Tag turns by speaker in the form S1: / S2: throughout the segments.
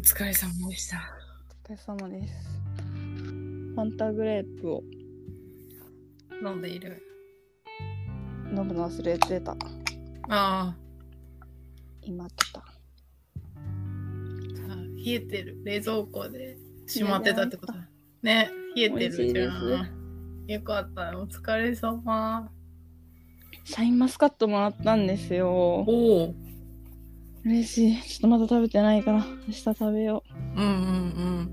S1: 疲れ様でした。
S2: お疲れ様です。ファンタグレープを
S1: 飲んでいる。
S2: 飲むの忘れてた。
S1: あ
S2: 今来た。
S1: あ、冷えてる。冷蔵庫でしまってたってこと。ね、冷えて
S2: 美味し
S1: る
S2: い
S1: じ
S2: で
S1: ゃ
S2: す
S1: ん。よかった。お疲れ様。
S2: シャインマスカットもらったんですよ。
S1: おお。
S2: 嬉しい。ちょっとまだ食べてないから、明日食べよう。
S1: うんうんうん。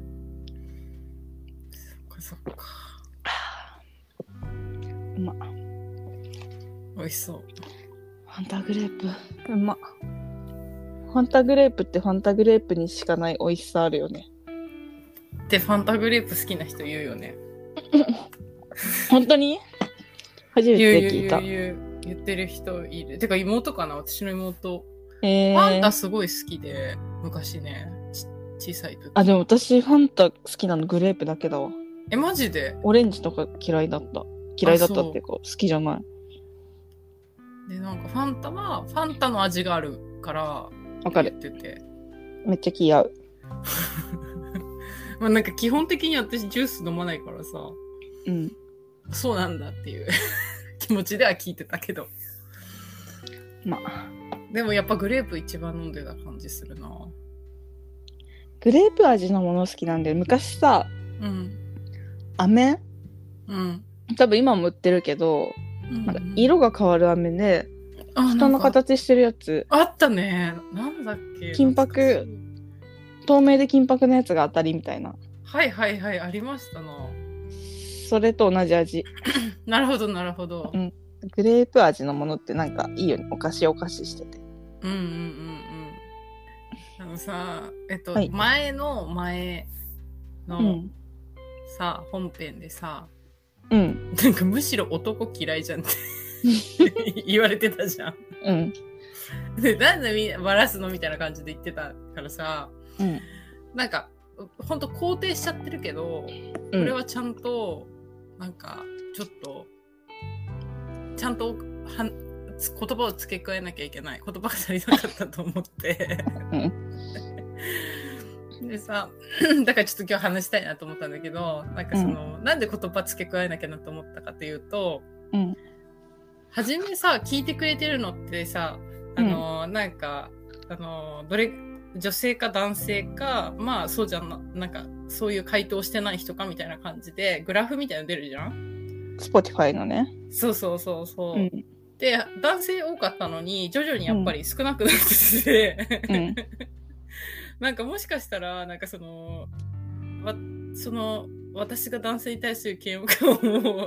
S1: そっかそっか。
S2: うま。
S1: 美味しそう。
S2: ファンタグレープ。うま。ファンタグレープってファンタグレープにしかない美味しさあるよね。
S1: で、ファンタグレープ好きな人言うよね。
S2: 本当に初め
S1: 言う言
S2: て聞
S1: う
S2: いた。
S1: 言う言う。言ってる人いる。てか妹かな私の妹。
S2: え
S1: ファンタ
S2: ー、
S1: すごい好きで、昔ね、ち小さい時。
S2: あ、でも私ファンタ好きなのグレープだけだわ。
S1: え、マジで
S2: オレンジとか嫌いだった。嫌いだったっていうか、好きじゃない。
S1: でなんかファンタはファンタの味があるから
S2: わかる。
S1: って言ってて、
S2: めっちゃ気合う。
S1: まあ、なんか基本的に私ジュース飲まないからさ
S2: うん。
S1: そうなんだっていう 気持ちでは聞いてたけど
S2: まあ、
S1: でもやっぱグレープ一番飲んでた感じするな
S2: グレープ味のもの好きなんで、昔さ、
S1: うん
S2: 飴
S1: うん
S2: 多分今も売ってるけど、なんか色が変わる飴で、
S1: 人
S2: 蓋の形してるやつ、
S1: あったねなんだっけ
S2: 金箔
S1: 懐かしい
S2: 透明で金箔のやつが当たりみたいな。
S1: はいはいはいありましたな
S2: それと同じ味。
S1: なるほどなるほど、
S2: うんグレープ味のものってなんかいいよね。お菓子お菓子してて。
S1: うんうんうんうんあのさえっと、
S2: はい
S1: 前の前の、
S2: うん。
S1: さ本編でさ
S2: うん。
S1: なんかむしろ男嫌いじゃんって 言われてたじゃん。
S2: うん。
S1: でなんでみんなバラすのみたいな感じで言ってたからさ
S2: うん。
S1: なんかほんと肯定しちゃってるけどこ
S2: うん
S1: れはちゃんと、なんかちょっとちゃんとはんつ言葉を付け加えなきゃいけない言葉が足りなかったと思って。でさ だからちょっと今日話したいなと思ったんだけどなんかその、なんで言葉付け加えなきゃなと思ったかというと、
S2: うん
S1: 初めさ聞いてくれてるのってさあの、なんかあのどれ女性か男性かまあそうじゃななんかそういう回答してない人かみたいな感じでグラフみたいなの出るじゃん
S2: スポティファイのね。
S1: そうそうそうそう、
S2: うん。
S1: で男性多かったのに徐々にやっぱり少なくなってて、
S2: うん。
S1: なんかもしかしたら、なんかその、わその、私が男性に対する嫌悪感を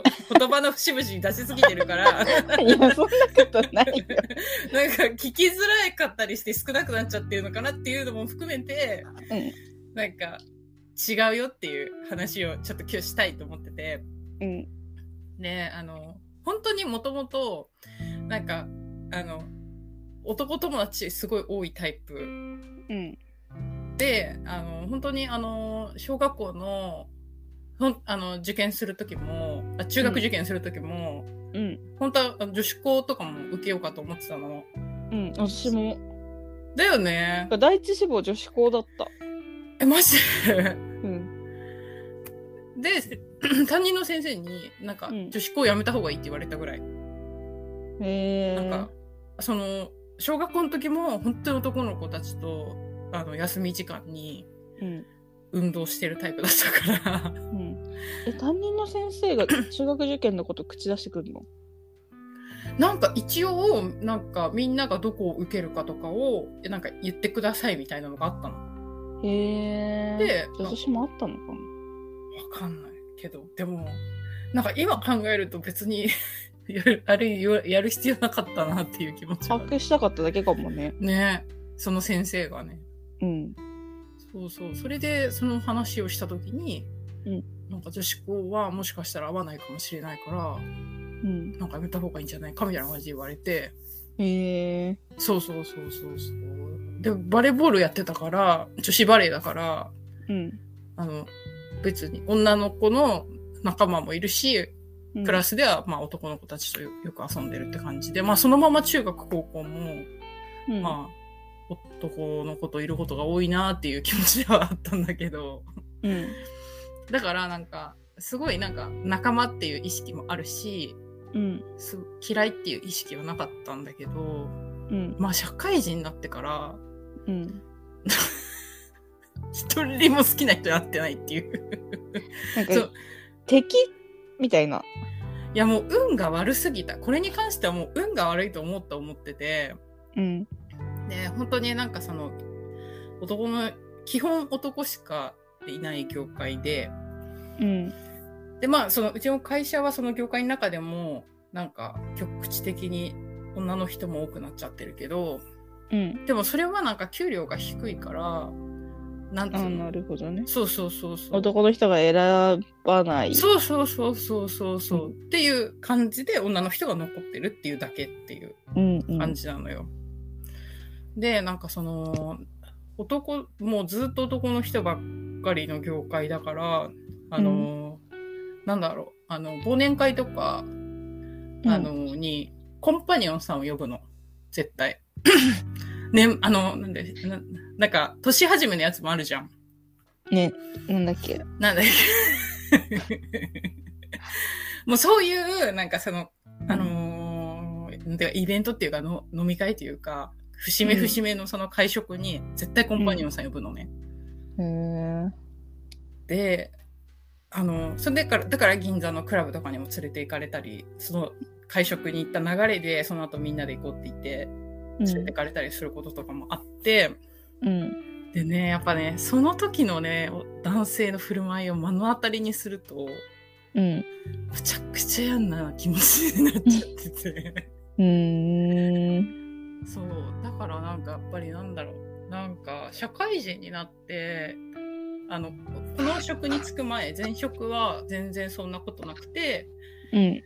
S1: 言葉の節々に出しすぎてるから、
S2: いや、そんなことないよ。
S1: なんか聞きづらかったりして少なくなっちゃってるのかなっていうのも含めて、
S2: うん
S1: なんか違うよっていう話をちょっと今日したいと思ってて。
S2: うん。
S1: ねあの本当にもともとなんかあの男友達すごい多いタイプ
S2: うん。
S1: であの本当にあの小学校のほんあの受験する時もあ中学受験する時も、
S2: うん。
S1: 本当はあの女子校とかも受けようかと思ってたの
S2: うん。私も、
S1: だよね
S2: 第一志望女子校だった。
S1: えマジで
S2: うん。
S1: で 担任の先生になんか、
S2: うん
S1: 女子校やめた方がいいって言われたぐらい
S2: え
S1: なん
S2: ー。
S1: か、その小学校の時も本当に男の子たちとあの休み時間に
S2: うん。
S1: 運動してるタイプだったから
S2: うん、え担任の先生が 中学受験のこと口出してくるの
S1: なんか一応なんかみんながどこを受けるかとかをなんか言ってくださいみたいなのがあったのわ
S2: へえ
S1: で
S2: 私もあったのか
S1: かんないけどでもなんか今考えると別に やるあれやる必要なかったなっていう気持ち
S2: な
S1: は
S2: 把握したかっただけかもね
S1: ねその先生がね
S2: うん
S1: そうそうそれでその話をした時に、
S2: うん
S1: なんか女子校はもしかしたら合わないかもしれないから
S2: うん
S1: なんかやめた方がいいんじゃないかみたいな感じで言われて
S2: へえ
S1: そうそうそうそうそうでバレーボールやってたから女子バレーだから
S2: うん
S1: あの別に女の子の仲間もいるし
S2: うん
S1: クラスではまあ男の子たちとよよく遊んでるって感じで、まあ、そのまま中学高校も、
S2: うん
S1: まあ男の子といることが多いなっていう気持ちではあったんだけど
S2: うん
S1: だからなんかすごいなんか仲間っていう意識もあるし
S2: うん
S1: す嫌いっていう意識はなかったんだけど
S2: うん
S1: まあ社会人になってから
S2: うん
S1: 一人も好きな人になってないっていう。
S2: なん
S1: そ
S2: か
S1: う
S2: 敵みたいない
S1: やもう運が悪すぎたこれに関してはもう運が悪いと思った思ってて
S2: うん
S1: で本当になんかその男の基本男しかいない業界で
S2: うん
S1: でまあそのうちの会社はその業界の中でもなんか局地的に女の人も多くなっちゃってるけど
S2: うん
S1: でもそれはなんか給料が低いからなんつ
S2: あ
S1: う
S2: な
S1: の
S2: るほどね
S1: そうそうそうそう
S2: 男の人が選ばない
S1: そうそうそうそうそうそう、っていう感じで女の人が残ってるっていうだけっていう
S2: うんうん
S1: 感じなのよ。でなんかその男もうずっと男の人ばっかりの業界だからあの、なんだろうあの忘年会とか、あのにコンパニオンさんを呼ぶの絶対。 ね、あのなんでななんか年始めのやつもあるじゃん。
S2: ねなんだっけ
S1: なんだっけもうそういう、なんかその、あのーなんていうかイベントっていうかの飲み会というか、節目
S2: うん
S1: 節目のその会食に絶対コンパニオンさん呼ぶのね。
S2: へえ
S1: で、あの、それでから、だから銀座のクラブとかにも連れて行かれたり、その会食に行った流れで、その後みんなで行こうって言って、連れてかれたりすることとかもあって、
S2: うん
S1: でね、やっぱね、その時のね、お男性の振る舞いを目の当たりにすると、
S2: うん
S1: むちゃくちゃ嫌な気持ちになっちゃってて
S2: うーん
S1: そうだからなんかやっぱりなんだろうなんか社会人になってあのこの職に就く前前職は全然そんなことなくて
S2: うん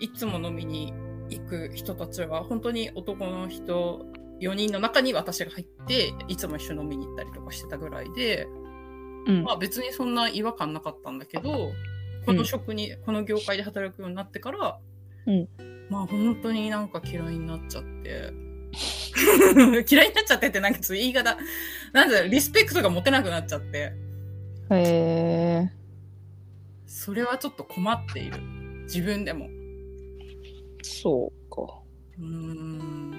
S1: いつも飲みに行く人たちは本当に男の人4人の中に私が入っていつも一緒に飲みに行ったりとかしてたぐらいで、
S2: うん
S1: まあ、別にそんな違和感なかったんだけどこの職に、この業界で働くようになってから、
S2: うん
S1: まあ本当になんか嫌いになっちゃって 嫌いになっちゃってってなんかちょっと言い方なんだろうリスペクトが持てなくなっちゃって
S2: へえ
S1: それはちょっと困っている自分でも。
S2: そうか
S1: うーん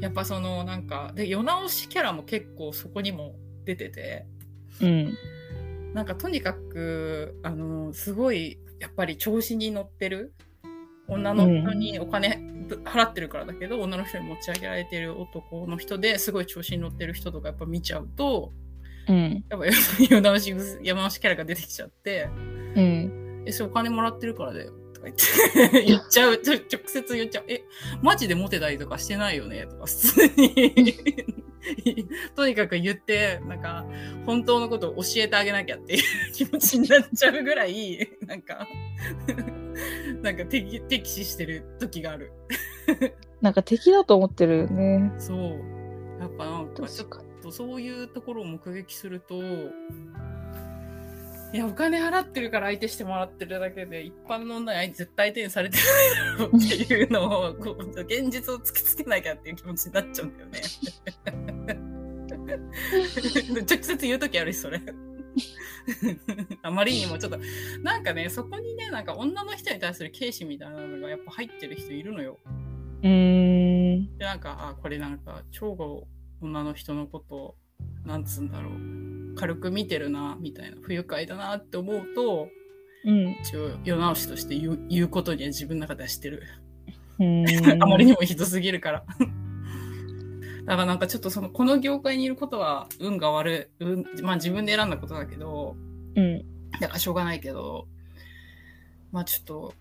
S1: やっぱそのなんかで世直しキャラも結構そこにも出てて
S2: うん
S1: なんかとにかくあのすごいやっぱり調子に乗ってる女の人にお金ぶ払ってるからだけど、女の人に持ち上げられてる男の人ですごい調子に乗ってる人とかやっぱ見ちゃうと
S2: うん
S1: やっぱ世世直し世直しキャラが出てきちゃって
S2: うん
S1: 「えそれお金もらってるからだよ」とか言って 言っちゃうちょ直接言っちゃう「えマジでモテたりとかしてないよね」とか普通に とにかく言ってなんか本当のことを教えてあげなきゃっていう 気持ちになっちゃうぐらいなんか なんか敵敵視してる時がある
S2: なんか敵だと思ってるよね
S1: そうやっぱなんかちょっ
S2: 確かに
S1: とそういうところを目撃するといやお金払ってるから相手してもらってるだけで一般の女に相手絶対相手にされてないだろうっていうのをこう現実を突きつけなきゃっていう気持ちになっちゃうんだよね。 直接言う時あるしそれあまりにもちょっとなんかねそこにねなんか女の人に対する軽視みたいなのがやっぱ入ってる人いるのよ。
S2: うーん
S1: でなんかあこれなんか超女の人のことをなんつうんだろう軽く見てるなみたいな不愉快だなって思うと
S2: うん
S1: 一応世直しとして言う言うことには自分の中ではしてる
S2: うー ん
S1: あまりにもひどすぎるから だからなんかちょっとそのこの業界にいることは運が悪い、運まあ、自分で選んだことだけど
S2: うん
S1: だからしょうがないけどまあちょっと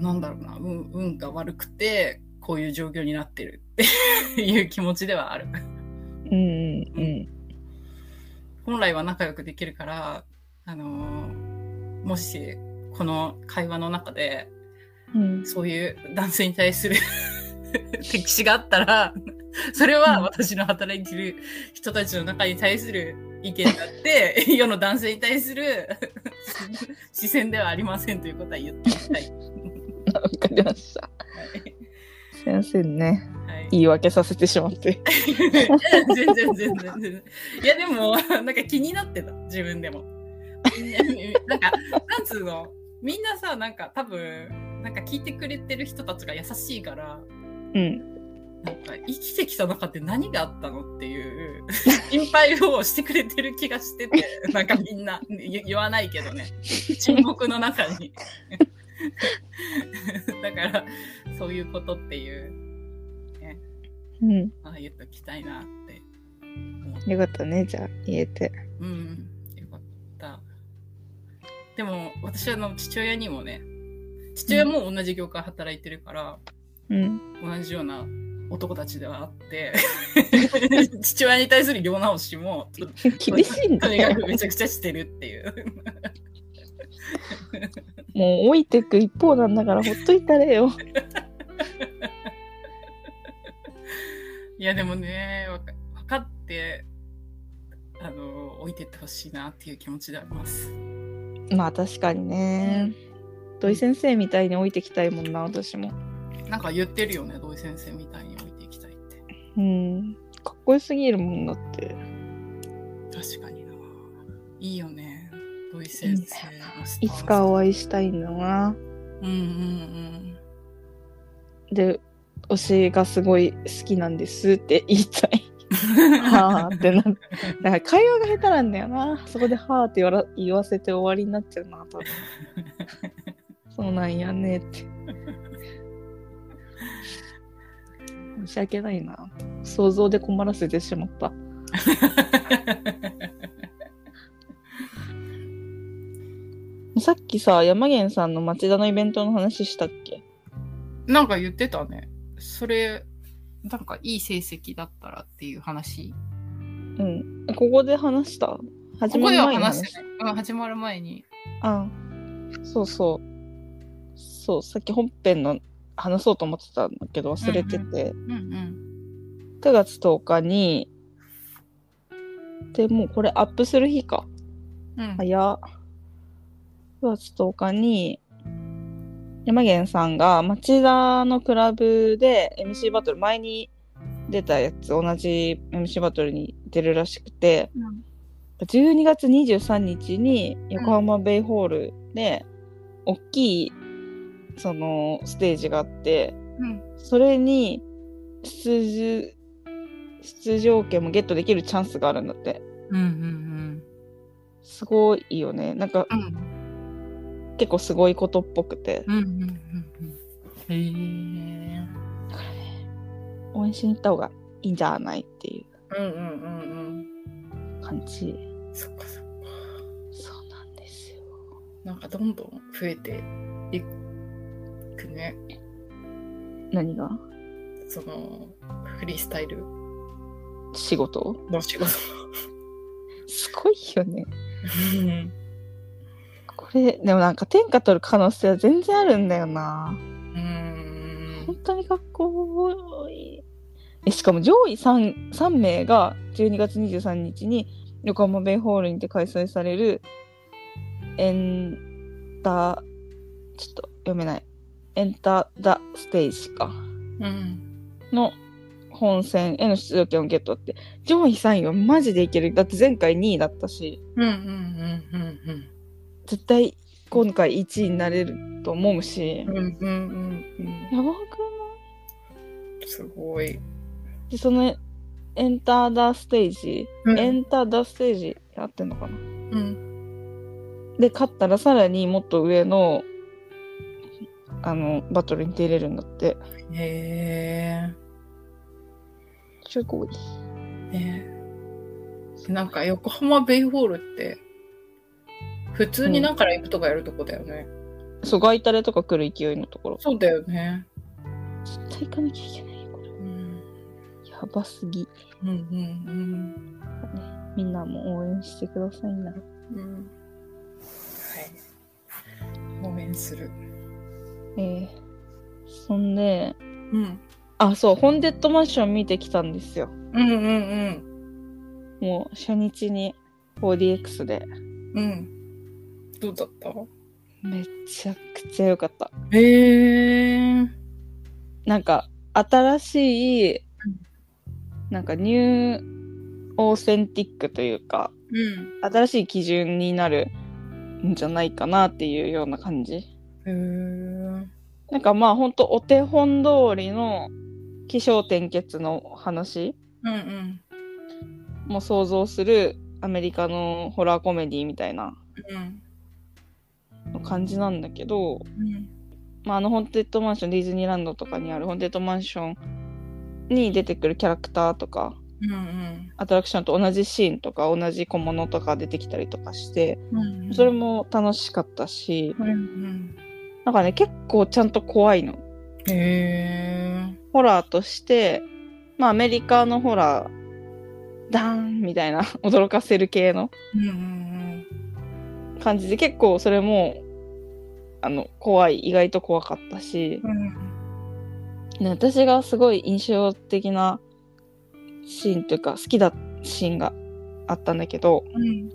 S1: なんだろうな運運が悪くてこういう状況になってるっていう気持ちではある。
S2: うんうんうん
S1: 本来は仲良くできるから、あのーもしこの会話の中で
S2: うん
S1: そういう男性に対する 敵視があったらそれは私の働いてる人たちの中に対する意見だって 世の男性に対す る視線ではありませんということは言っておきたい。
S2: わかりました。
S1: はい
S2: すいませんね。
S1: はいはい。
S2: 言い訳させてしまって。
S1: 全然全然全然。いやでもなんか気になってた自分でも。 なんかなんつうのみんなさなんか多分なんか聞いてくれてる人たちが優しいから
S2: うん。
S1: なんか生きてきた中で何があったのっていう心配をしてくれてる気がしててなんかみんな言言わないけどね沈黙の中に。 だからそういうことっていう
S2: うん。
S1: あ言っときたいなって思って
S2: よかったね、じゃあ、言えて。
S1: うん、よかった。でも、私はあの父親にもね、父親も同じ業界働いてるから、
S2: うん。
S1: 同じような男たちではあ って、父親に対する業直しも、と
S2: 厳しいん
S1: と
S2: だ
S1: にか
S2: よ。
S1: くめちゃくちゃしてるっていう。
S2: もう老いてく一方なんだから、ほっといたれよ。
S1: いや、でもね、わか分かって、あの、置いてってほしいなっていう気持ちであります。
S2: まあ、確かにね。土井先生みたいに老いてきたいもんな、私も。
S1: なんか言ってるよね、土井先生みたいに置いていきたいって。
S2: うん。かっこよすぎるもんだって。
S1: 確かにな。いいよね。土井先生のスタ
S2: い
S1: ンス
S2: つかお会いしたいんだな。
S1: うんうん
S2: で、推しがすごい好きなんですって言いたい。
S1: うん。
S2: はあってなる。だから会話が下手なんだよな。そこではあって言わら言わせて終わりになっちゃうな、多分。そうなんやねって。申し訳ないな。想像で困らせてしまった。さっきさ、山源さんの町田のイベントの話したっけ
S1: なんか言ってたね。それ、なんかいい成績だったらっていう話。
S2: うん。ここで話した始
S1: ここ
S2: ま
S1: で
S2: る
S1: は
S2: 前に
S1: 話し
S2: 話して
S1: ない。うん、始まる前に。
S2: た。あそうそう。そう、さっき本編の話そうと思ってたんだけど忘れてて。
S1: うんうん。
S2: 9月10日に、で、もうこれアップする日か。
S1: うん。
S2: 早っ。9月10日に、山源さんが町田のクラブで MC バトル、前に出たやつ、同じ MC バトルに出るらしくて、
S1: うん
S2: 12月23日に横浜ベイホールで、大きい、その、ステージがあって、
S1: うん。
S2: それに出場出場権もゲットできるチャンスがあるんだって
S1: うんうん
S2: すごいよねなんか
S1: うん。うん。
S2: 結構すごいことっぽくて
S1: うんうんうんうん。へえ。
S2: 応援しに行った方がいいんじゃないってい
S1: うんうんうん
S2: う感じ
S1: うん。そっかそっか。
S2: そうなんですよ
S1: なんかどんどん増えていくね。
S2: 何が
S1: その、フリースタイル
S2: 仕事
S1: の仕事。
S2: すごいよね
S1: うん
S2: これでもなんか天下取る可能性は全然あるんだよな
S1: うん
S2: 本。当にかっこいいえしかも上位 3, 3名が12月23日に横浜ベイホールにて開催されるエンタちょっと読めないエンタ・ダ・ステージか
S1: うん。
S2: の本戦への出場権をゲットって上位3位はマジでいけるだって前回2位だったし
S1: うんうんうんうんうん。
S2: 絶対今回1位になれると思うし
S1: うんうんうんうん。
S2: やばくない
S1: すごい。
S2: でそのエンタ・ダ・ステージエンターダステージ合ってんのかな
S1: うん。
S2: で勝ったらさらにもっと上のあのバトルに出れるんだって
S1: へ
S2: すごい
S1: え。ねえなんか横浜ベイホールって、普通になんかライブとかやるとこだよね。
S2: そうガイタレとか来る勢いのところ
S1: そうだよね。
S2: 絶対行かなきゃいけないよこれ
S1: うん。
S2: やばすぎ
S1: うんうん
S2: みんなも応援してくださいな
S1: うん。うん。はい。応援する。
S2: えー、そんで
S1: うん。
S2: あそうホンデッドマンション見てきたんですよ
S1: うんうん
S2: もう初日に 4DX で
S1: うん。うん。どうだった
S2: めちゃくちゃ良かった
S1: へえ。
S2: なんか新しいなんかニューオーセンティックというか
S1: うん。
S2: 新しい基準になるんじゃないかなっていうような感じ
S1: へー
S2: なんかまあほんとお手本通りの起承転結の話
S1: うんうん。
S2: も想像するアメリカのホラーコメディみたいな
S1: うん。
S2: 感じなんだけど、
S1: うん。
S2: まあ、あのホーンテッドマンションディズニーランドとかにあるホーンテッドマンションに出てくるキャラクターとか
S1: うんうん
S2: アトラクションと同じシーンとか同じ小物とか出てきたりとかして
S1: うんうん。
S2: それも楽しかったし
S1: うんうん。
S2: なんかね結構ちゃんと怖いの
S1: へえ。
S2: ホラーとして、まあ、アメリカのホラーダーンみたいな 驚かせる系の
S1: うんうん
S2: 感じで結構それもあの怖い意外と怖かったし
S1: うん。うん
S2: ね私がすごい印象的なシーンというか好きだシーンがあったんだけど
S1: うん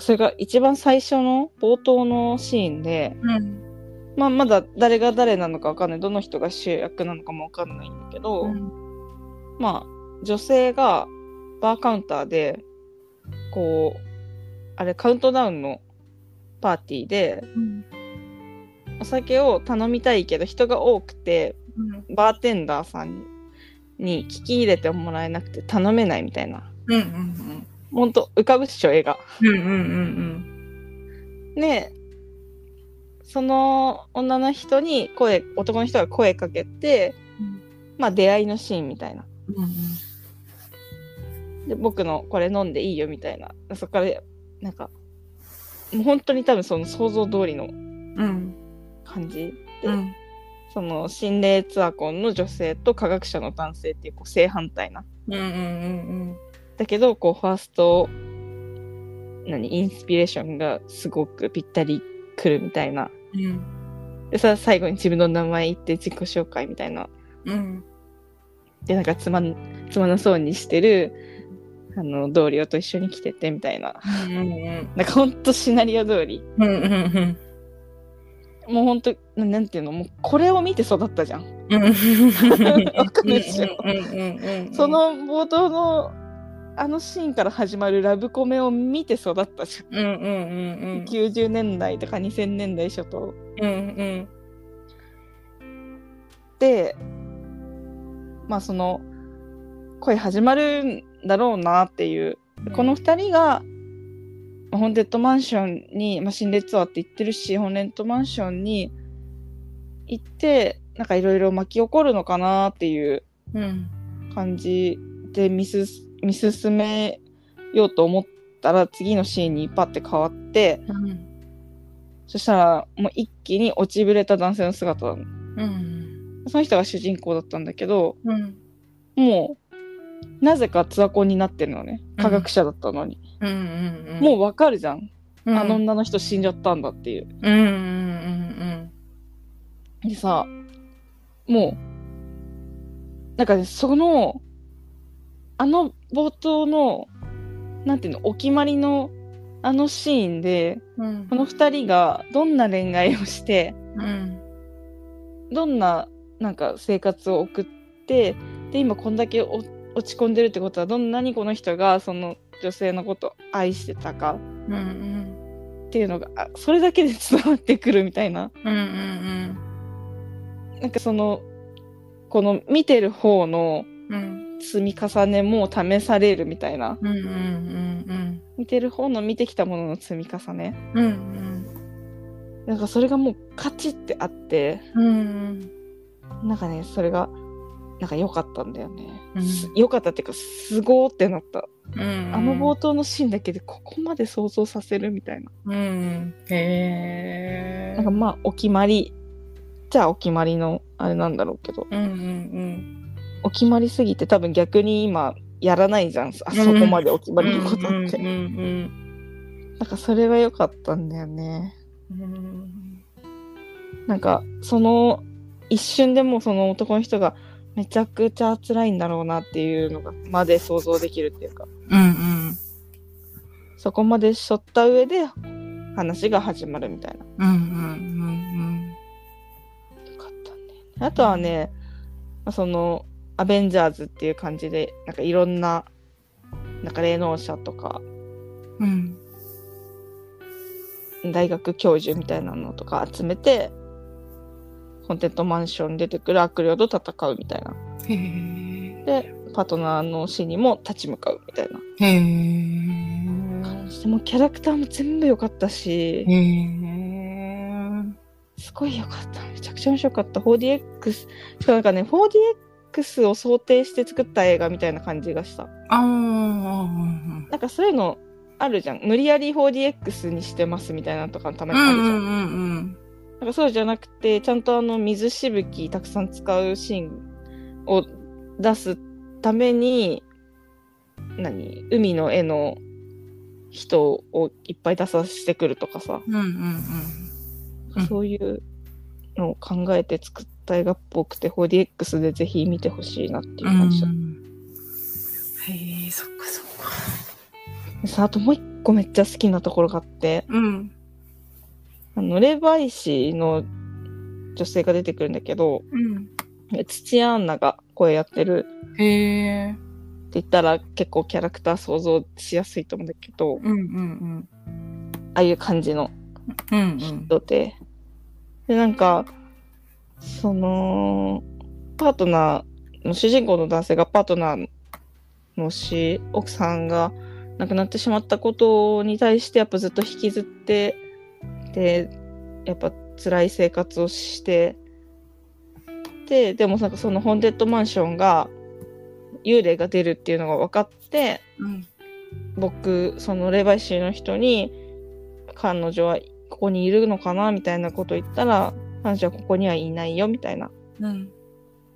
S2: それが一番最初の冒頭のシーンで、
S1: うん
S2: まあ、まだ誰が誰なのかわかんないどの人が主役なのかもわかんないんだけど、
S1: うん
S2: まあ女性がバーカウンターでこうあれカウントダウンのパーティーで
S1: うん
S2: お酒を頼みたいけど人が多くて
S1: うん
S2: バーテンダーさんに聞き入れてもらえなくて頼めないみたいな。
S1: うんうん
S2: ほんと、浮かぶっしょ、絵が。
S1: うんうんうん
S2: で、その女の人に声、男の人が声かけて、
S1: うん
S2: まあ出会いのシーンみたいな。
S1: うんうん
S2: で、僕のこれ飲んでいいよみたいな。そこから、なんか、もう本当に多分その想像通りの
S1: うん
S2: 感じ。
S1: うん
S2: その心霊ツアコンの女性と科学者の男性っていうこう正反対な。
S1: うんうん
S2: だけど、こう、ファースト、何、インスピレーションがすごくぴったりくるみたいな。
S1: うんうん
S2: でさ、最後に自分の名前言って自己紹介みたいな。
S1: うん
S2: で、なんかつまん、つまんなそうにしてる、あの、同僚と一緒に来ててみたいな。
S1: うん
S2: なんかほんとシナリオ通り。
S1: うんうんうんうん
S2: もうほんと、ななんていうの、もうこれを見て育ったじゃん。わかるでしょ
S1: うんうんうんうん
S2: その冒頭の、あのシーンから始まるラブコメを見て育ったじ
S1: うんうんうんう
S2: ゃん。
S1: ん
S2: 90年代とか2000年代初頭。
S1: うんうん
S2: で、まあその、恋始まるんだろうなっていうこの2人がまあホーンテッドマンションに、まあ、心霊ツアーって言ってるしホーンテッドマンションに行ってなんかいろいろ巻き起こるのかなっていう
S1: うん
S2: 感じで見す見進めようと思ったら次のシーンにパッて変わって
S1: うん
S2: そしたらもう一気に落ちぶれた男性の姿なの
S1: うん
S2: その人が主人公だったんだけど
S1: うん
S2: もうなぜかツアコンになってるのね科学者だったのに、
S1: うんうんうん
S2: もうわかるじゃん、
S1: うん
S2: あの女の人死んじゃったんだっていう
S1: うんうんうん
S2: でさ、もう、なんかね、その、あの冒頭の、なんていうの、お決まりの、あのシーンで、
S1: うんうん
S2: この二人がどんな恋愛をして、
S1: うん
S2: どんな、なんか生活を送って、で、今こんだけお落ち込んでるってことは、どんなにこの人が、その女性のこと愛してたか
S1: うんうん
S2: っていうのが、あそれだけで伝わってくるみたいな。
S1: うんうん
S2: なんかその、この見てる方の、
S1: うん
S2: 積み重ねも試されるみたいな
S1: うんうんうん
S2: 見てる方の見てきたものの積み重ね
S1: うんうん
S2: なんかそれがもうカチってあって
S1: うん
S2: なんかねそれがなんか良かったんだよね
S1: うん
S2: す良、かったっていうかすごーってなった、
S1: うん
S2: あの冒頭のシーンだけでここまで想像させるみたいな、
S1: うんへえ
S2: なんかまあお決まりじゃあお決まりのあれなんだろうけど
S1: うんうん
S2: お決まりすぎて多分逆に今やらないじゃんあそこまでお決
S1: う
S2: ま
S1: ん
S2: りのことって、
S1: うんうん
S2: なんかそれは良かったんだよね
S1: うんうん
S2: なんかその一瞬でもうその男の人がめちゃくちゃ辛いんだろうなっていうのがまで想像できるっていうか
S1: うん
S2: そこまでしょった上で話が始まるみたいなよ
S1: うんうんうん
S2: かったねあとはねまあ、そのアベンジャーズっていう感じでなんかいろんななんか霊能者とか
S1: うん。
S2: 大学教授みたいなのとか集めてコンテントマンションに出てくる悪霊と戦うみたいな
S1: へえ。
S2: でパートナーの死にも立ち向かうみたいな
S1: へ
S2: 感じでもうキャラクターも全部良かったし
S1: え。へえ。
S2: すごい良かっためちゃくちゃ面白かった 4DX しかもなんかね 4DX を想定して作った映画みたいな感じがした
S1: ああ。
S2: なんかそういうのあるじゃん無理やり 4DX にしてますみたいなのとかたま
S1: う
S2: にある
S1: ん
S2: じゃん、
S1: うんうん
S2: なんかそうじゃなくて、ちゃんとあの水しぶきたくさん使うシーンを出すために、何海の絵の人をいっぱい出させてくるとかさ、
S1: うん。うんうんうん
S2: そういうのを考えて作った映画っぽくて、4DX でぜひ見てほしいなっていう
S1: うん。
S2: 感じだ、
S1: へえ、そっかそっか。
S2: でさ、あともう一個めっちゃ好きなところがあって、
S1: うん。
S2: あの、霊媒師の女性が出てくるんだけど、
S1: うん。
S2: 土屋アンナが声やってる、
S1: へえ。
S2: って言ったら結構キャラクター想像しやすいと思うんだけど、
S1: うんうん
S2: ああいう感じの
S1: うん。うんうん。
S2: 人で。で、なんか、その、パートナーの主人公の男性がパートナーのし、奥さんが亡くなってしまったことに対してやっぱずっと引きずって、で、やっぱ辛い生活をして、で、でもなんかそのホーンデッドマンションが幽霊が出るっていうのが分かって、
S1: うん
S2: 僕その霊媒師の人に彼女はここにいるのかなみたいなこと言ったら彼女はここにはいないよみたいな
S1: うん。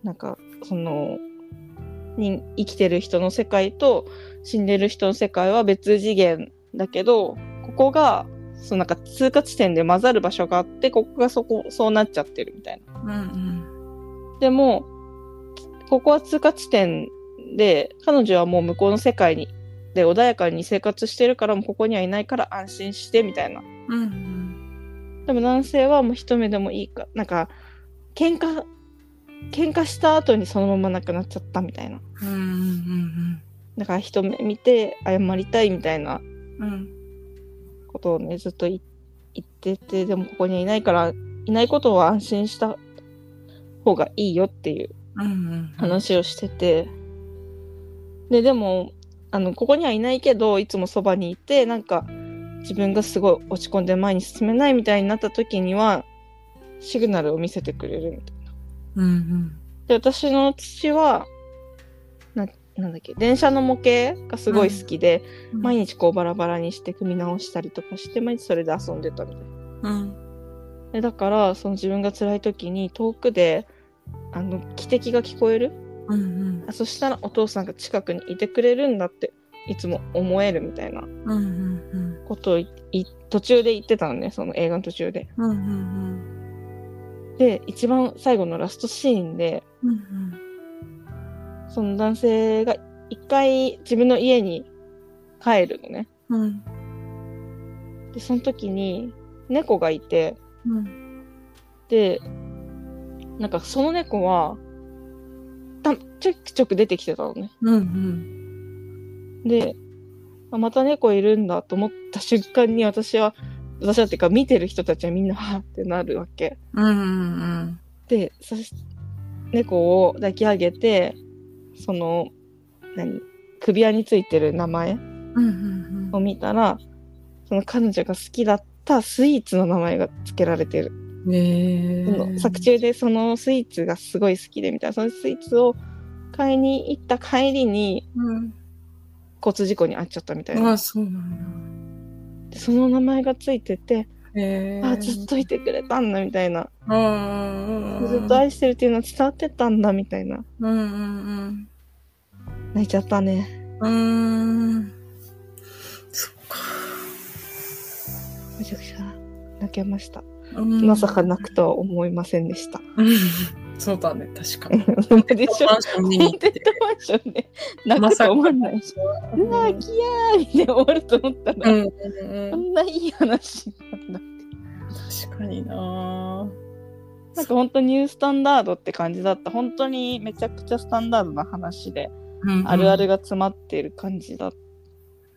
S2: なんかそのに生きてる人の世界と死んでる人の世界は別次元だけどここがそのなんか通過地点で混ざる場所があってここがそこそうなっちゃってるみたいな。
S1: うん
S2: でも、ここは通過地点で、彼女はもう向こうの世界に、で、穏やかに生活してるから、もうここにはいないから安心して、みたいな。
S1: うん。うん
S2: でも男性はもう一目でもいいか、なんか、喧嘩、喧嘩した後にそのまま亡くなっちゃったみたいな。
S1: うん。うん
S2: だから一目見て謝りたいみたいな
S1: うんうん。
S2: ことをね、ずっとい言ってて、でもここにはいないから、いないことは安心した方がいいよっていう
S1: うんうん。
S2: 話をしててででもあのここにはいないけどいつもそばにいてなんか自分がすごい落ち込んで前に進めないみたいになった時にはシグナルを見せてくれるみたいな。
S1: うんうん。
S2: で私の父はななんだっけ電車の模型がすごい好きで、毎日こうバラバラにして組み直したりとかして毎日それで遊んでたみたいな。
S1: うん。
S2: でだからその自分が辛い時に遠くであの汽笛が聞こえる
S1: うんうん。
S2: あそしたらお父さんが近くにいてくれるんだっていつも思えるみたいな
S1: うんうん
S2: ことをいい途中で言ってたのねその映画の途中で。
S1: うん。うんうん
S2: で一番最後のラストシーンで
S1: うん。うん
S2: その男性が一回自分の家に帰るのね。
S1: うん。
S2: でその時に猫がいて
S1: うん。
S2: でなんかその猫はたちょくちょく出てきてたのね。
S1: うんうん。
S2: で、あまた猫いるんだと思った瞬間に私は、私はっていうか見てる人たちはみんなはぁってなるわけ。
S1: うんうん
S2: で、そし猫を抱き上げて、その、何首輪についてる名前
S1: うん。うんうん
S2: を見たら、その彼女が好きだったスイーツの名前が付けられてる。
S1: うん。え
S2: その作中でそのスイーツがすごい好きでみたいな、そのスイーツを買いに行った帰りに
S1: うん。
S2: 交通事故に遭っちゃったみたい
S1: あ
S2: な。
S1: あ、そうなん
S2: でその名前がついてて、
S1: だ。え
S2: あずっといてくれたんだみたいな、
S1: うん。
S2: ずっと愛してるっていうのは伝わってたんだみたいな
S1: うんうん
S2: 泣いちゃったね
S1: うん。うん。そっか。
S2: めちゃくちゃ泣けました、
S1: うん
S2: まさか泣くとは思いませんで した
S1: うんそうだね、確かに。
S2: でしょ
S1: マンション見
S2: コ
S1: に行
S2: ン
S1: っ
S2: テン
S1: て
S2: ツ。マンションで泣くと思わないし、うわーキヤーって終わると思った
S1: う
S2: ら、
S1: ん、う
S2: こ
S1: ん、
S2: んないい話なんだ
S1: 確かにな
S2: なんか本当ニュースタンダードって感じだった本当にめちゃくちゃスタンダードな話で
S1: うんうん
S2: あるあるが詰まっている感じだっ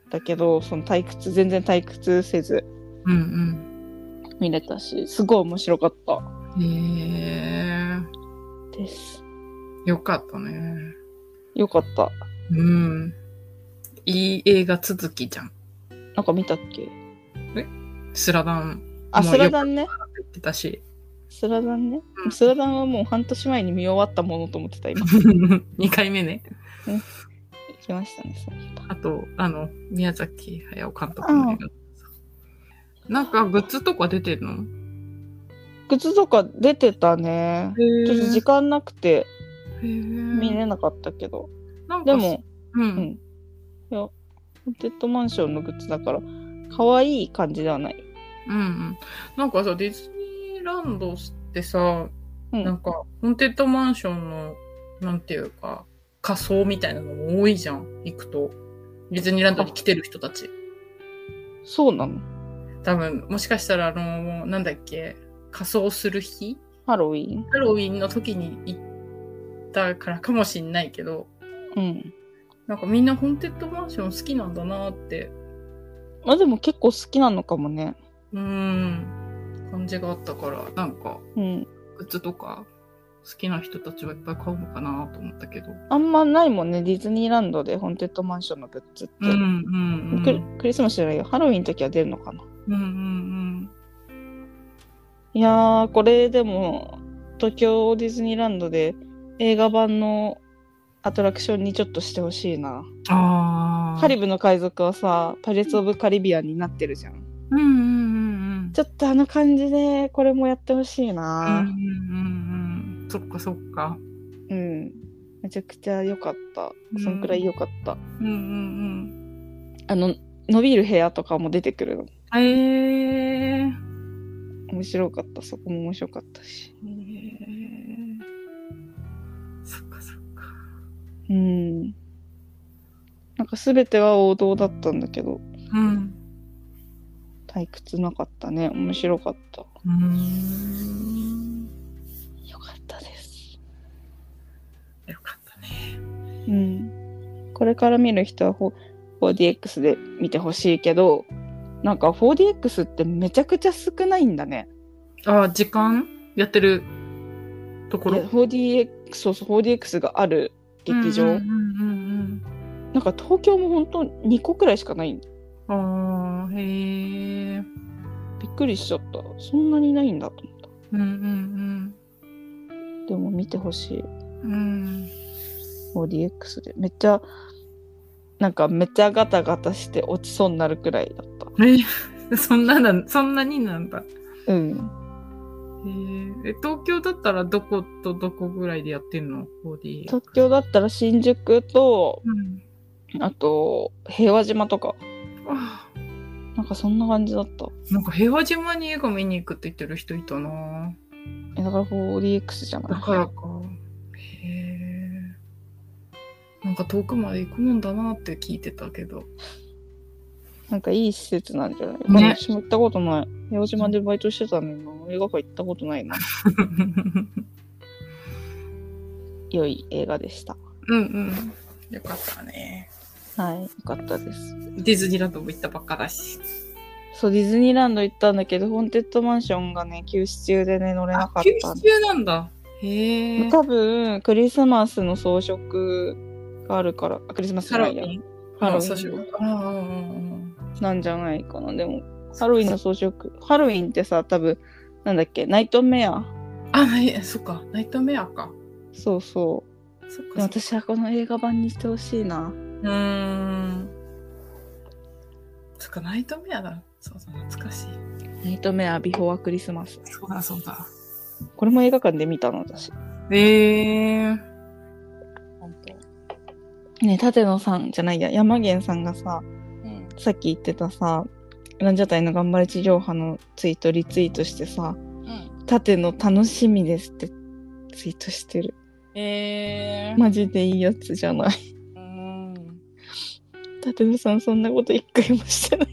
S2: たけどその退屈全然退屈せず
S1: うん
S2: 見れたしすごい面白かった
S1: うんへえ
S2: です
S1: よかったね
S2: よかった
S1: うんいい映画続きじゃん
S2: なんか見たっけ
S1: スラダン
S2: あ
S1: もう
S2: スラダンね
S1: って言ってたし
S2: スラダンね
S1: うん
S2: スラダンはもう半年前に見終わったものと思ってた 今行
S1: 2回目ね
S2: きましたねそういえば
S1: あとあの宮崎駿監督の映画なんかグッズとか出てるの
S2: 靴とか出てたねちょっと時間なくて見
S1: 見
S2: れなかったけど、
S1: なんか
S2: でも
S1: う
S2: うん
S1: ん
S2: いやホテッドマンションのグッズだから可愛い感じではない、
S1: うんうん、なんかさディズニーランドってさ、
S2: うん、
S1: なんかホーンテッドマンションのなんていうか仮装みたいなのも多いじゃん行くとディズニーランドに来てる人たち
S2: そうなの
S1: 多分もしかしたらあのなんだっけ仮装する日
S2: ハロウィーン
S1: ハロウィンの時に行ったからかもしんないけど
S2: うん
S1: なんかみんなホーンテッドマンション好きなんだなって
S2: まあでも結構好きなのかもね
S1: うーん感じがあったからなんか
S2: うん
S1: グッズとか好きな人たちはいっぱい買うのかなと思ったけど
S2: あんまないもんねディズニーランドでホーンテッドマンションのグッズって、
S1: うんうんうん
S2: クリクリスマスじゃないよハロウィーンの時は出るのかな
S1: うんうん
S2: いやーこれでも東京ディズニーランドで映画版のアトラクションにちょっとしてほしい
S1: う
S2: な
S1: んああ
S2: カリブの海賊はさパレス・オブ・カリビアンになってるじゃん
S1: うんうんうんうん
S2: ちょっとあの感じでこれもやってほしい
S1: うんうん
S2: な
S1: うんうんそっかそっか
S2: うん、めちゃくちゃ良かったそんくらい良かった、
S1: うんうん
S2: あの伸びる部屋とかも出てくるの
S1: うんえー、
S2: 面白かったそこも面白かったし
S1: えー、そっかそっか
S2: うんなんか全ては王道だったんだけど
S1: うん
S2: 退屈なかったね面白かった
S1: うーん
S2: よかったです。
S1: よかったね
S2: うん。これから見る人はほ 4DX で見てほしいけど、なんか 4DX ってめちゃくちゃ少ないんだね。
S1: あー時間やってるとこ
S2: いや
S1: ろ
S2: 4DX、そうそう、4DX がある劇場。
S1: うんうんうん
S2: なんか東京も本当2個くらいしかない。
S1: うんうんあーへえー、
S2: びっくりしちゃった。そんなにないんだと思っ
S1: うんうん
S2: た。でも見てほしい。
S1: うんうん
S2: 4DX で。めっちゃ、なんかめっちゃガタガタして落ちそうになるくらいだった。
S1: え そんななんそんなになんだ
S2: うん。
S1: へーえ東京だったらどことどこぐらいでやってんの 4D
S2: 東京だったら新宿と、
S1: うん
S2: あと、平和島とか。
S1: あ
S2: なんかそんな感じだった。
S1: なんか平和島に映画見に行くって言ってる人いたな
S2: えだから 4DX じゃない。
S1: だからかへえんか遠くまで行くもんだなって聞いてたけ ど
S2: なんかいい施設なんじゃない、
S1: ね
S2: 私も行ったことない。平和島でバイトしてたのに、映画館行ったことないな。良い映画でした。
S1: うんうんよかったね
S2: はい。よかったです。
S1: ディズニーランドも行ったばっかだし
S2: そう、ディズニーランド行ったんだけど、ホーンテッドマンションがね、休止中でね、乗れな
S1: あ
S2: かっ
S1: 休
S2: たん
S1: 止
S2: で。
S1: 中なんだへえ
S2: 多分、クリスマスの装飾があるから、あクリスマスじ
S1: ハ
S2: ゃな
S1: ロウ
S2: いや
S1: ィン
S2: ハロウ
S1: そうしよ
S2: ィン
S1: うああうん
S2: なんじゃないかな。でも、ハロウィンの装飾。ハロウィンってさ、多分、なんだっけ、ナイトメア。
S1: あないそっかナイトメアか
S2: そうそう。
S1: そっ
S2: で
S1: かそ
S2: も
S1: っか
S2: 私はこの映画版にしてほしいな。
S1: うーん。そっか、ナイトメアだ。そうだ、懐かしい。
S2: ナイトメア、ビフォーアクリスマス。
S1: そうだ、そうだ。
S2: これも映画館で見たの、私。
S1: えー。
S2: 本当ね、舘野さんじゃないや、山源さんがさ、
S1: うん、
S2: さっき言ってたさ、ランジャタイの頑張れ地上波のツイートリツイートしてさ、
S1: うん、
S2: 舘野楽しみですってツイートしてる。
S1: えー、
S2: マジでいいやつじゃない。
S1: うーん。
S2: 舘野さん、そんなこと一回もし てない。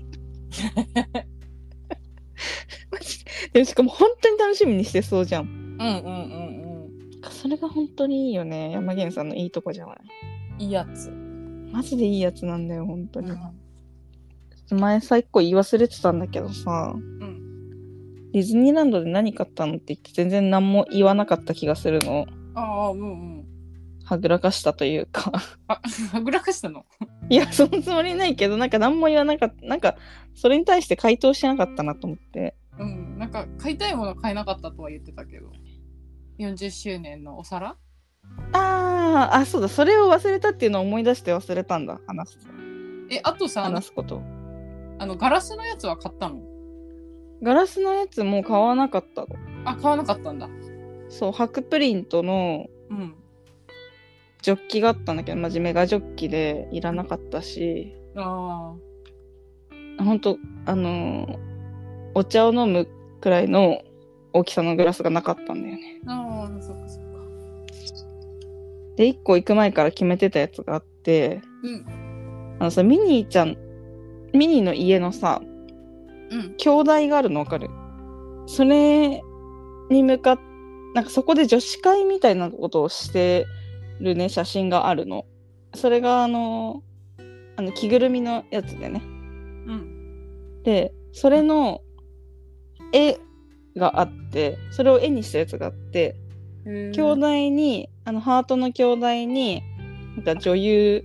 S2: マジででもしかも本当に楽しみにしてそうじゃん。
S1: うんうんうん
S2: それが本当にいいよね山源さんのいいとこじゃない
S1: うん。いいやつ。
S2: マジでいいやつなんだよ本当に、
S1: う
S2: 前さ一個言い忘れてたんだけどさ
S1: ん。
S2: ディズニーランドで何買ったのって言って全然何も言わなかった気がするの
S1: ああ、うんうん。
S2: はぐらかしたというか
S1: あ、は ぐらかしたの
S2: いやそのつもりないけどなんか何も言わなかったなんかそれに対して回答しなかったなと思って
S1: うん。なんか、買いたいもの買えなかったとは言ってたけど。40周年のお皿
S2: あーあそうだそれを忘れたっていうのを思い出して忘れたんだ話す
S1: え、あとさ、あの
S2: 話すこと
S1: あの、ガラスのやつは買ったの
S2: ガラスのやつもう買わなかったの
S1: あ、買わなかったんだ。
S2: そう白プリントの
S1: うん。
S2: ジョッキがあったんだけど、まじメガジョッキでいらなかったし、
S1: あ
S2: ほんと、あのーお茶を飲むくらいの大きさのグラスがなかったんだよね。
S1: あ。ああ、そっかそっか。
S2: で、1個行く前から決めてたやつがあって、
S1: うん。
S2: あのさ、ミニーちゃん、ミニーの家のさ、
S1: うん。
S2: 兄弟があるのわかるそれに向かっなんかそこで女子会みたいなことをしてるね写真があるのそれがあのあの着ぐるみのやつでね
S1: うん。
S2: でそれの絵があってそれを絵にしたやつがあって
S1: 兄
S2: 兄弟にあのハートの兄弟になんか女優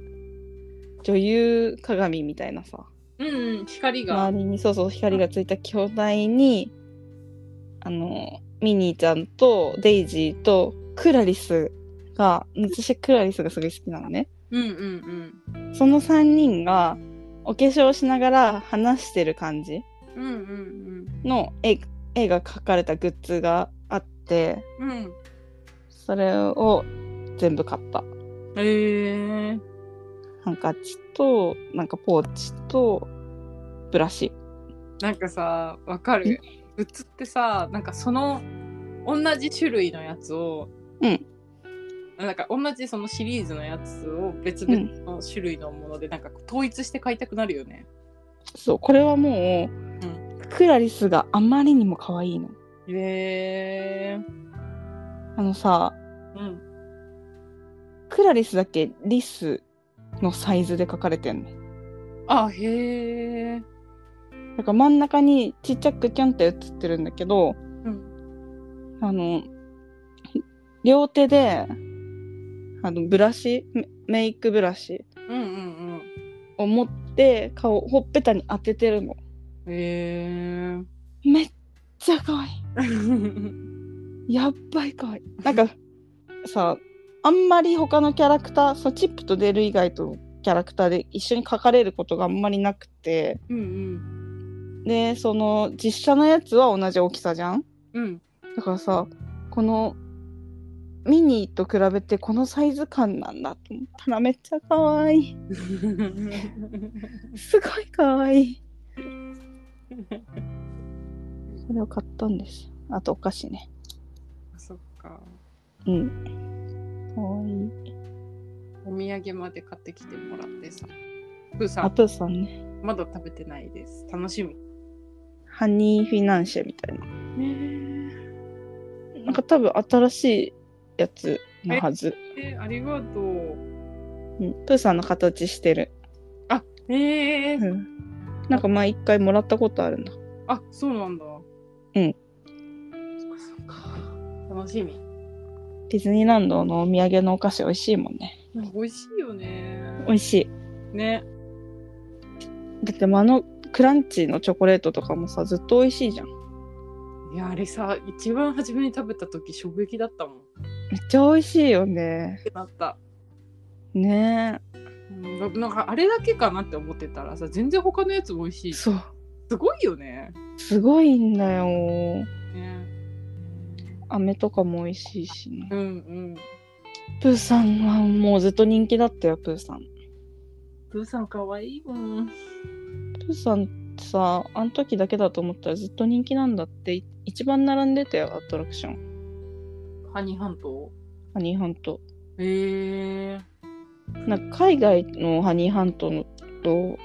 S2: 女優鏡みたいなさ
S1: うんうん、光が。
S2: 周りにそうそう光がついた兄弟にあのミニーちゃんとデイジーとクラリスが私クラリスがすごい好きなのね
S1: うんうんうん。
S2: その3人がお化粧しながら話してる感じ
S1: うんうん
S2: の絵絵が描かれたグッズがあって
S1: うん。うん。
S2: それを全部買った
S1: ええ
S2: ハンカチとなんかポーチとブラシ
S1: なんかさ、わかる。グッズってさ、なんかその、同じ種類のやつを、
S2: うん。
S1: なんか同じそのシリーズのやつを別々の種類のもので、なんか統一して買いたくなるよね。
S2: そうこれはもう、クラリスがあまりにも可愛いの
S1: へえ
S2: あのさ
S1: うん。
S2: クラリスだけリスのサイズで書かれてんの
S1: あ、へえ。
S2: だから真ん中にちっちゃくキャンって写ってるんだけど
S1: うん。
S2: あの両手であのブラシメメイクブラシ
S1: うんうん
S2: を持って顔ほっぺたに当ててるの
S1: うん。へえ。
S2: めっちゃ可愛いやっばい可愛いなんかさあんまり他のキャラクターそのチップとデル以外とキャラクターで一緒に描かれることがあんまりなくて
S1: うんうん。
S2: でその実写のやつは同じ大きさじゃん
S1: うん。
S2: だからさこのミニーと比べてこのサイズ感なんだと思ったらめっちゃ可愛いすごい可愛いそれを買ったんですあとお菓子ね
S1: そっか。
S2: うん可愛い
S1: お土産まで買ってきてもらってさ。プーさ
S2: ア
S1: ん、
S2: プーさんね
S1: まだ食べてないです。楽しみ。
S2: ハニーフィナンシェみたいな
S1: ね
S2: なんか多分新しいやつのはず、
S1: え、ありがとう。
S2: うん、プーさんの形してる、
S1: ええ
S2: うん、なんか前一回もらったことあるな
S1: あ、そうなんだ。
S2: うん。
S1: そっかそっか。楽しみ。
S2: ディズニーランドのお土産のお菓子美味しいもんね
S1: 美味しいよね。
S2: 美味しい
S1: ね。
S2: だってもうあのクランチのチョコレートとかもさずっと美味しいじゃん
S1: いや、あれさ、一番初めに食べた時衝撃だったもん。っ
S2: めっちゃ美味しいよね
S1: てなった。
S2: ね
S1: うんななんかあれだけかなって思ってたらさ、全然他のやつも美味し
S2: え
S1: い。す
S2: そう
S1: ごいよね。
S2: すごいんだよ
S1: ね。
S2: 飴とかも美味しいしね
S1: うんうん。
S2: プーさんはもうずっと人気だったよプーさん
S1: プーさんかわいいもん。
S2: プーさんってさあの時だけだと思ったらずっと人気なんだってい一番並んでたよアトラクション
S1: ハニー半島
S2: ハニーハント
S1: へえ
S2: なんか海外のハニーハントのと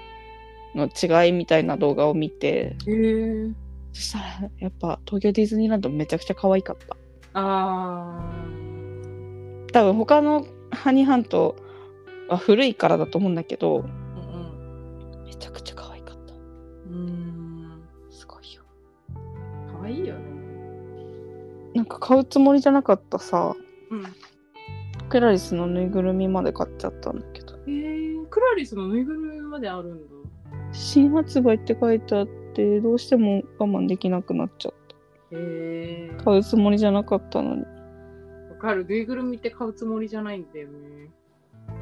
S2: の違いみたいな動画を見て
S1: へえ
S2: そしたらやっぱ東京ディズニーランドめちゃくちゃ可愛かった
S1: あ
S2: 多分他のハニーハントは古いからだと思うんだけど
S1: あ。うん
S2: めちゃくちゃ可愛かった
S1: うん。う
S2: すごいよ
S1: ーん。かわいいよね。
S2: なんか買うつもりじゃなかったさ
S1: うん。
S2: クラリスのぬいぐるみまで買っちゃったんだけど
S1: えー、クラリスのぬいぐるみまであるんだ。
S2: 新発売って書いてあってどうしても我慢できなくなっちゃっ
S1: え
S2: た
S1: ー、
S2: 買うつもりじゃなかったのに
S1: わかる。ぬいぐるみって買うつもりじゃないんだよね。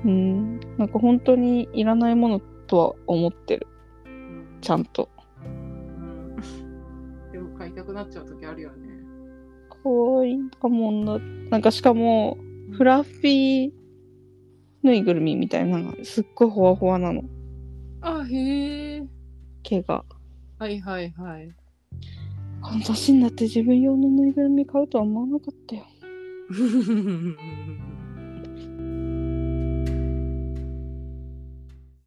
S2: うんなんか本当にいらないものとは思ってる
S1: うん
S2: ちゃんと
S1: うんでも買いたくなっちゃう時あるよね。
S2: 可愛いかもんななんかしかもフラッフィーぬいぐるみみたいなのがすっごいほわほわなの
S1: あ、へえ。
S2: 毛が
S1: はいはい はい。
S2: この年になって自分用のぬいぐるみ買うとは思わなかったよ